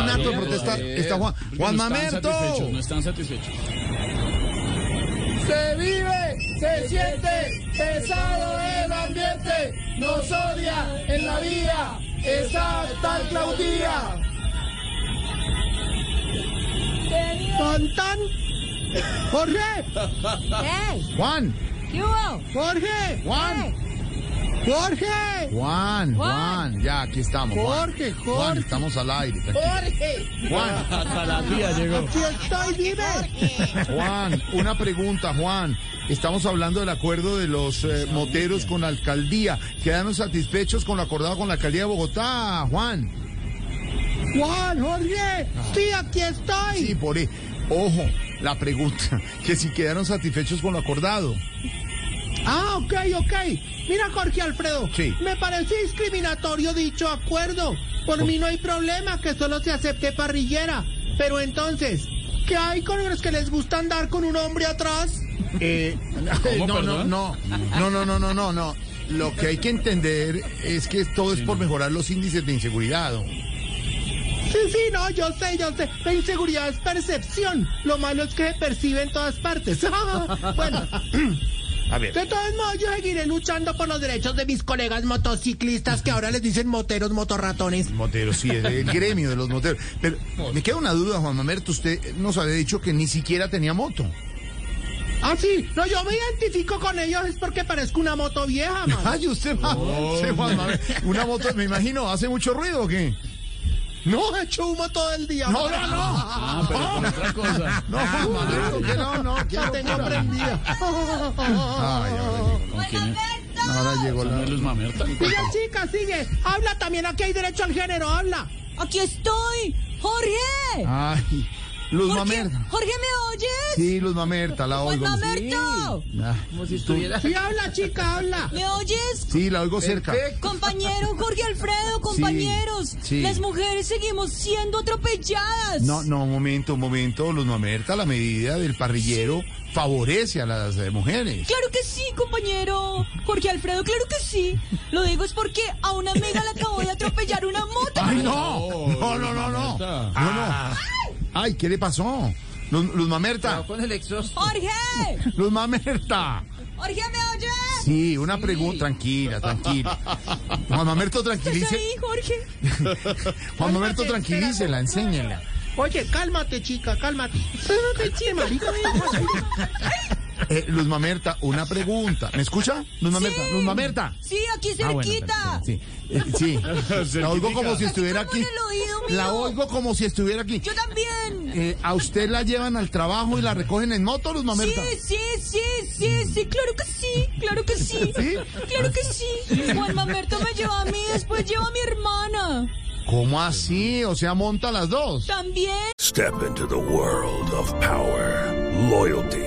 Un acto de protesta está Juan, Juan Mamerto. Pues no están satisfechos. Se vive, se siente, pesado el ambiente, nos odia en la vía, esa tal Claudia. Tan, tan. Jorge, ¡Ey! Juan, ¿Qué hubo? Jorge, Juan, ¡Ey! Jorge, Juan, Juan, ya aquí estamos. Juan. Jorge, Juan, Jorge, estamos al aire. tranquilo. Jorge. Juan, Hasta la tía llegó. Si estoy vive. Juan, una pregunta, Juan. Estamos hablando del acuerdo de los eh, moteros con la alcaldía. Quedamos satisfechos con lo acordado con la alcaldía de Bogotá, Juan. Juan, Jorge, sí, aquí estoy. Ah. Sí, por e- Ojo, la pregunta, que si quedaron satisfechos con lo acordado. Ah, ok, ok. Mira, Jorge Alfredo. Sí. Me parece discriminatorio dicho acuerdo. Por mí no hay problema que solo se acepte parrillera. Pero entonces, ¿qué hay con los que les gusta andar con un hombre atrás? Eh, no, no, perdón? no, no, no, no, no, no, no. Lo que hay que entender es que todo es por mejorar los índices de inseguridad. don. Sí, sí, no, yo sé, yo sé. La inseguridad es percepción. Lo malo es que se percibe en todas partes. bueno, A ver, de todos modos, yo seguiré luchando por los derechos de mis colegas motociclistas que ahora les dicen moteros, motorratones. moteros, sí, es el gremio de los moteros. Pero me queda una duda, Juan Mamerto. Usted nos había dicho que ni siquiera tenía moto. Ah, sí. No, yo me identifico con ellos es porque parezco una moto vieja, man. Ay, usted, va- sí, Juan Mamerto, Una moto, me imagino, ¿hace mucho ruido o qué? No, he hecho humo todo el día. No, man. no, no. Ah, pero con otra cosa. No, Juan Mamerto, que no, no. que La tengo locura. prendida. Ay, ahora llegó- ¿Con quién es? Ah. ahora llegó ¿No la... es Luz Mamerta? Sigue, chica, sigue. Habla también, aquí hay derecho al género, habla. ¡Aquí estoy! ¡Jorge! Ay, Luz Jorge, Mamerta. Jorge, ¿me oyes? Sí, Luz Mamerta, la Juan oigo. Mamerto, Ah, Como si estuviera... Sí, habla, chica, habla. ¿me oyes? Sí, la oigo cerca. Compañero Jorge Alfredo, compañeros, sí. las mujeres seguimos siendo atropelladas. No, no, un momento, un momento, Luz Mamerta, la medida del parrillero favorece a las eh, mujeres. Claro que sí, compañero Jorge Alfredo, claro que sí. Lo digo es porque a una amiga le acabó de atropellar una moto. ¡Ay, no! Ah. No, no, no, no. No, no. ¡Ay, qué le pasó! Luz, Luz Mamerta, Jorge, Luz Mamerta. Jorge, ¿me oyes? Sí, una pregunta, tranquila, tranquila. Juan Mamerto, ¿Estás tranquilice. ahí, Jorge? Juan Mamerto, Espérate, tranquilícela, enséñela. Oye, cálmate, chica, cálmate. Cálmate, chica, marica, mira. Eh, Luz Mamerta, una pregunta. ¿Me escucha? Luz Mamerta, Luz Mamerta. Sí, aquí Ah, bueno, cerquita. perfecto. sí, eh, sí. la oigo como si estuviera como aquí. en el oído mío. La oigo como si estuviera aquí. Yo también. Eh, a usted la llevan al trabajo y la recogen en moto, Luz Mamerta. Sí, sí, sí, sí, sí, claro que sí, claro que sí. ¿Sí? Claro que sí. Juan Mamerto me lleva a mí, después lleva a mi hermana. ¿Cómo así? O sea, monta las dos. También. Step into the world of power, loyalty,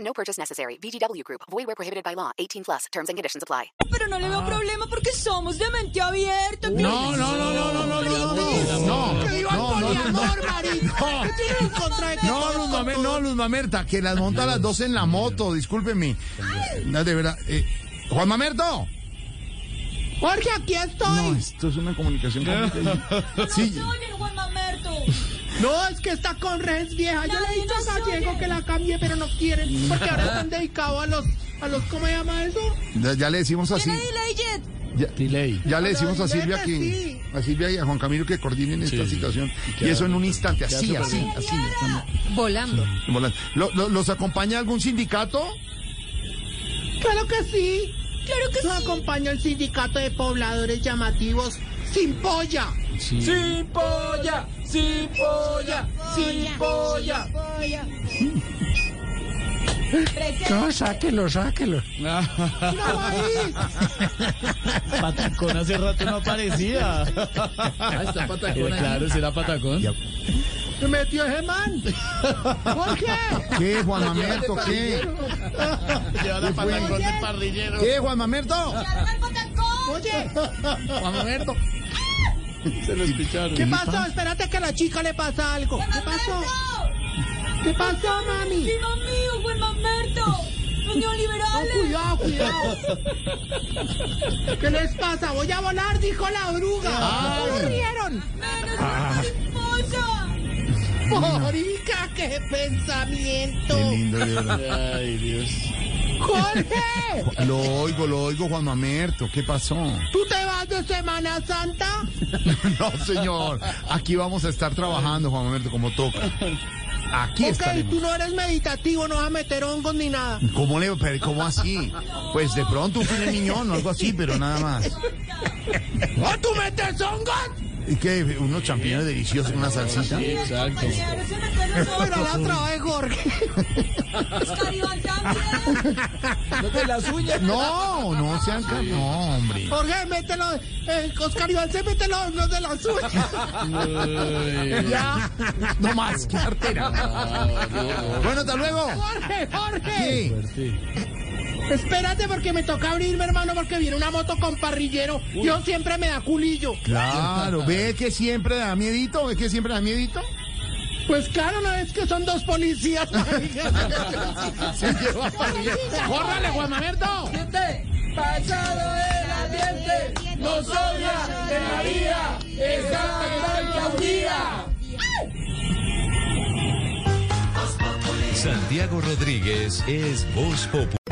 No purchase necessary. VGW Group. Void where prohibited by law. 18 plus. Terms and conditions apply. Pero no le veo problema porque somos de mente abierta. No, no, no, no, no, no, no, no, no. No, Que iba al no, no, no. poliamor, marica. ¿Qué tiene en contra de que No, todos Luz con Mamerta, todos? no, Luz Mamerta, que las monta las dos en la moto, discúlpeme. No, de verdad. eh, Juan Mamerto. Jorge, aquí estoy. No, esto es una comunicación complicada. Sí, Oye, Juan Mamerto. No, es que esta conra es vieja. Yo le he Nadie dicho a nos Gallego oye. que la cambie, pero no quieren. Porque ahora están dedicados a los, a los, ¿cómo se llama eso? ya le decimos así. Viene ahí la Illet. Ya, Delay. ya Pero le decimos a dile Silvia que que, sí. a Silvia y a Juan Camilo que coordinen esta Sí. situación. Y Y, que eso en hagan- un instante, que así, hagan así, supervisión. así. Volando. Volando. ¿Lo- lo- ¿Los acompaña algún sindicato? Claro que sí. Claro que Nos sí. acompaña el sindicato de pobladores llamativos sin polla. Sí. polla, sin polla, sin polla. Presente. sáquelo, sáquelo. Ah, No, ahí. patacón hace rato no aparecía. Ah, está patacón. Claro, será patacón. Se metió ese man. ¿Por qué? ¿Qué, Juan Mamerto? ¿Qué? Lleva la patacón del parrillero. ¿Qué, Juan Mamerto? ¡Arma el patacón! Oye, Juan Mamerto. Se lo escucharon. ¿qué pasó? Espérate que a la chica le pasa algo. ¿Qué pasó? ¡Mamerto! ¿Qué pasó, mami? ¡Viva mío, Juan Mamerto! ¡Los No, neoliberales! cuidado, cuidado. ¿Qué les pasa? Voy a volar, dijo la oruga. Ah. ¿Cómo rieron? ¡Menos una mariposa! Morica, qué pensamiento. Qué lindo, de verdad. Ay, Dios. Jorge, Lo oigo, lo oigo, Juan Mamerto. ¿Qué pasó? ¿tú te vas de Semana Santa? No, señor. Aquí vamos a estar trabajando, Juan Mamerto, como toca. Aquí ok, tú estaremos. no eres meditativo, no vas a meter hongos ni nada. ¿Cómo, le, pero ¿Cómo así? Pues de pronto un filet miñón o algo así, pero nada más. ¿No ¡Ah, tú metes hongos? ¿Y qué? Unos champiñones deliciosos, una salsita. Sí, exacto. Compañero, se metió en los Pero la ojos. trae Jorge. Oscar Iván también. No, no sean... ca- No, hombre. Jorge, mételo. Eh, Oscar Iván se mete los hongos de la suya. Ay, Ya. No más, qué artera. Bueno, hasta luego. Jorge, Jorge. Sí. fuerte. Espérate porque me toca abrirme, hermano, porque viene una moto con parrillero. Yo siempre me da culillo. Claro, ve que siempre da miedito, ve que siempre da miedito. Pues claro, no es que son dos policías. Se lleva para arriba. ¡Córrale, Juan Mamerto! ¡Pasado de la diente! ¡Nos odia de la vida! ¡Está tan caudía! Santiago Rodríguez es Voz Populi.